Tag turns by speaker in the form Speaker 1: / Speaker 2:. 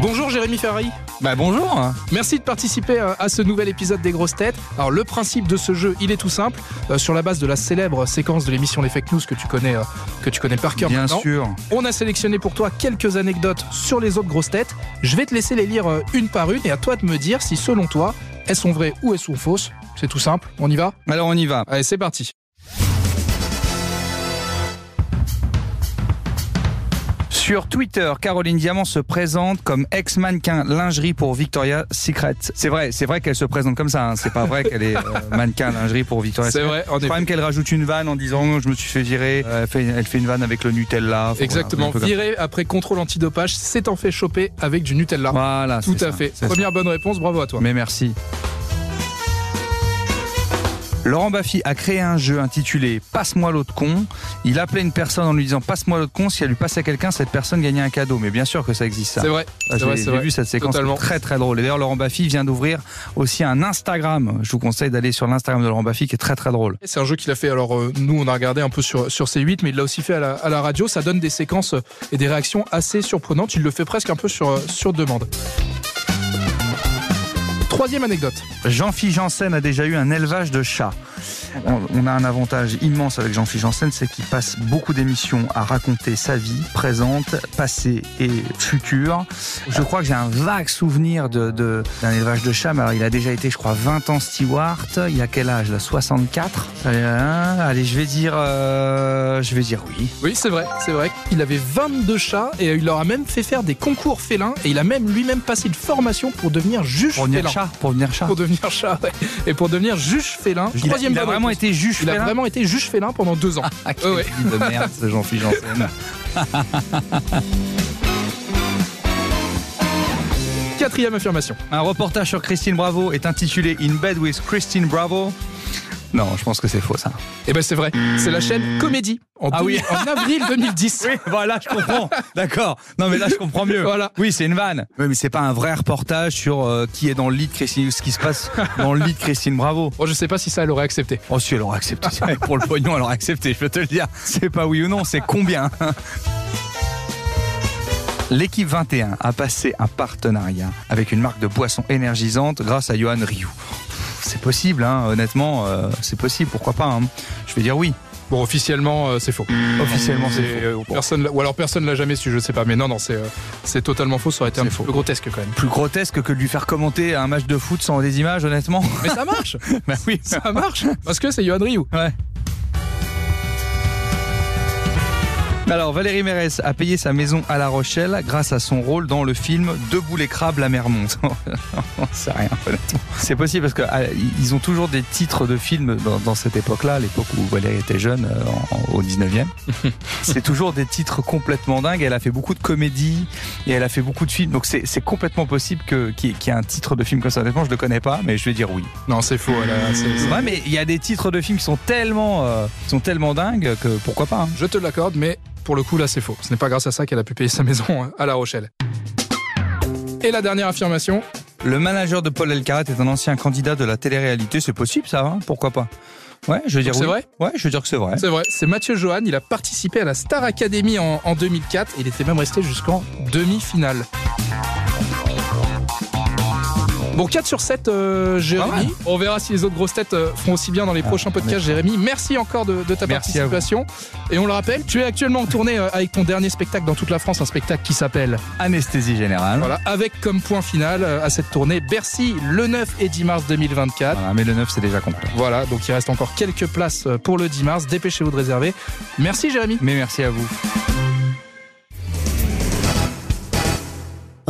Speaker 1: Bonjour Jérémy Ferrari.
Speaker 2: Bah bonjour
Speaker 1: Merci de participer euh, à ce nouvel épisode des grosses têtes. Alors le principe de ce jeu, il est tout simple. Euh, sur la base de la célèbre séquence de l'émission Les Fake News que tu connais, euh, que tu connais par cœur
Speaker 2: Bien
Speaker 1: maintenant,
Speaker 2: sûr
Speaker 1: on a sélectionné pour toi quelques anecdotes sur les autres grosses têtes. Je vais te laisser les lire euh, une par une et à toi de me dire si selon toi, elles sont vraies ou elles sont fausses. C'est tout simple, on y va
Speaker 2: Alors on y va.
Speaker 1: Allez, c'est parti.
Speaker 2: Sur Twitter, Caroline Diamant se présente comme ex-mannequin lingerie pour Victoria Secret. C'est vrai, c'est vrai qu'elle se présente comme ça. hein. C'est pas vrai qu'elle est euh, mannequin lingerie pour Victoria
Speaker 1: C'est vrai, en
Speaker 2: Secret. Je crois
Speaker 1: effet.
Speaker 2: même qu'elle rajoute une vanne en disant je me suis fait virer. Euh, Elle fait, elle fait une vanne avec le Nutella. Enfin, voilà,
Speaker 1: Exactement,
Speaker 2: un peu comme-
Speaker 1: viré après contrôle antidopage, s'est en fait choper avec du Nutella.
Speaker 2: Voilà.
Speaker 1: tout
Speaker 2: c'est
Speaker 1: à
Speaker 2: ça,
Speaker 1: fait.
Speaker 2: c'est ça.
Speaker 1: Première bonne réponse, bravo à toi.
Speaker 2: Mais merci. Laurent Baffy a créé un jeu intitulé Passe-moi l'autre con. Il appelait une personne en lui disant Passe-moi l'autre con. Si elle lui passait à quelqu'un, cette personne gagnait un cadeau. Mais bien sûr que ça existe ça.
Speaker 1: C'est vrai,
Speaker 2: Ah,
Speaker 1: c'est vrai,
Speaker 2: J'ai
Speaker 1: c'est
Speaker 2: j'ai
Speaker 1: vrai.
Speaker 2: vu cette séquence
Speaker 1: Totalement.
Speaker 2: très très drôle. Et d'ailleurs, Laurent Baffy vient d'ouvrir aussi un Instagram. Je vous conseille d'aller sur l'Instagram de Laurent Baffy qui est très très drôle.
Speaker 1: C'est un jeu qu'il a fait, alors euh, nous on a regardé un peu sur, sur C8, mais il l'a aussi fait à la, à la radio, ça donne des séquences euh, et des réactions assez surprenantes, il le fait presque un peu sur, euh, sur demande. Troisième anecdote,
Speaker 2: Jean-Philippe Janssen a déjà eu un élevage de chats. On, on a un avantage immense avec Jean-Philippe Janssen, c'est qu'il passe beaucoup d'émissions à raconter sa vie présente, passée et future. Je crois que j'ai un vague souvenir de- de- d'un élevage de chats. Mais alors, il a déjà été, je crois, 20 ans steward. Il a quel âge là 64 Allez, hein, allez, je vais dire, euh, je vais dire oui.
Speaker 1: oui c'est vrai, c'est vrai, il avait 22 chats et il leur a même fait faire des concours félins et il a même lui-même passé une formation pour devenir juge
Speaker 2: Pour
Speaker 1: félin.
Speaker 2: devenir chat, pour devenir chat.
Speaker 1: Pour devenir chat, ouais. Et pour devenir juge félin.
Speaker 2: Il a-
Speaker 1: Troisième
Speaker 2: il a
Speaker 1: bonne
Speaker 2: vraiment
Speaker 1: réponse.
Speaker 2: été juge
Speaker 1: il a
Speaker 2: félin.
Speaker 1: vraiment été juge félin pendant deux ans.
Speaker 2: Ah, quelle
Speaker 1: Ouais, ouais.
Speaker 2: vie de merde, ce Jean-Philippe Janssen.
Speaker 1: Quatrième affirmation.
Speaker 2: Un reportage sur Christine Bravo est intitulé In Bed with Christine Bravo. Non, je pense que c'est faux ça.
Speaker 1: Eh ben c'est vrai, c'est la chaîne Comédie en,
Speaker 2: Ah oui.
Speaker 1: 2000 en avril 2010.
Speaker 2: Oui, voilà, je comprends. D'accord. Non, mais là, je comprends mieux.
Speaker 1: Voilà.
Speaker 2: Oui, c'est une vanne. Oui, mais c'est pas un vrai reportage sur euh, qui est dans le lit de Christine, ce qui se passe dans le lit de Christine Bravo.
Speaker 1: Bon, Oh, je sais pas si ça elle aurait accepté.
Speaker 2: Oh, si elle aurait accepté ça. Pour le pognon, elle aurait accepté, je peux te le dire. C'est pas oui ou non, c'est combien. L'équipe 21 a passé un partenariat avec une marque de boissons énergisantes grâce à Johan Rioux. C'est possible, hein, honnêtement, euh, c'est possible, pourquoi pas. hein. Je vais dire oui.
Speaker 1: Bon, officiellement, euh, c'est faux.
Speaker 2: Mmh, Officiellement, c'est
Speaker 1: C'est, euh,
Speaker 2: faux. Bon.
Speaker 1: personne, l'a- ou alors personne l'a jamais su, je sais pas. Mais non, non, c'est euh, c'est totalement faux. Ça aurait été un
Speaker 2: C'est
Speaker 1: petit
Speaker 2: faux.
Speaker 1: peu grotesque quand même.
Speaker 2: Plus grotesque que de lui faire commenter un match de foot sans des images, honnêtement.
Speaker 1: Mais ça marche,
Speaker 2: bah oui.
Speaker 1: ça marche, parce que c'est Johan Rioux.
Speaker 2: Ouais. Alors, Valérie Mérès a payé sa maison à La Rochelle grâce à son rôle dans le film Debout les crabes, la mer monte. On sait rien, honnêtement. C'est possible parce qu'ils ont toujours des titres de films dans, dans cette époque-là, l'époque où Valérie était jeune, euh, en- en- au 19e. c'est toujours des titres complètement dingues. Elle a fait beaucoup de comédies et elle a fait beaucoup de films. Donc, c'est c'est complètement possible que- qu'il y, ait- qu'il y ait un titre de film comme ça. Honnêtement, je le connais pas, mais je vais dire oui.
Speaker 1: Non, c'est faux. elle a- euh, c'est- c'est-
Speaker 2: Ouais, mais il y a des titres de films qui sont tellement, euh, qui sont tellement dingues que pourquoi pas. hein.
Speaker 1: Je te l'accorde, mais pour le coup là, c'est faux. Ce n'est pas grâce à ça qu'elle a pu payer sa maison hein, à La Rochelle. Et la dernière affirmation.
Speaker 2: Le manager de Paul Elkarat est un ancien candidat de la télé-réalité. C'est possible, ça, hein pourquoi pas Ouais, je veux dire
Speaker 1: C'est
Speaker 2: oui.
Speaker 1: vrai
Speaker 2: Ouais, je veux dire que c'est vrai.
Speaker 1: C'est vrai, c'est Mathieu Johan. Il a participé à la Star Academy en, en 2004 et il était même resté jusqu'en demi-finale. Bon, 4 sur 7, euh,
Speaker 2: Pas mal. Ah,
Speaker 1: Jérémy. On verra si les autres grosses têtes euh, feront aussi bien dans les prochains podcasts, Jérémy. Merci encore de, de ta
Speaker 2: Merci à vous.
Speaker 1: participation. Et on le rappelle, tu es actuellement en tournée euh, avec ton dernier spectacle dans toute la France, un spectacle qui s'appelle
Speaker 2: Hein Anesthésie générale.
Speaker 1: voilà, avec comme point final euh, à cette tournée Bercy le 9 et 10 mars 2024.
Speaker 2: Voilà, mais le 9, c'est déjà compris.
Speaker 1: Voilà, donc il reste encore quelques places euh, pour le 10 mars. Dépêchez-vous de réserver. Merci, Jérémy.
Speaker 2: Mais merci à vous.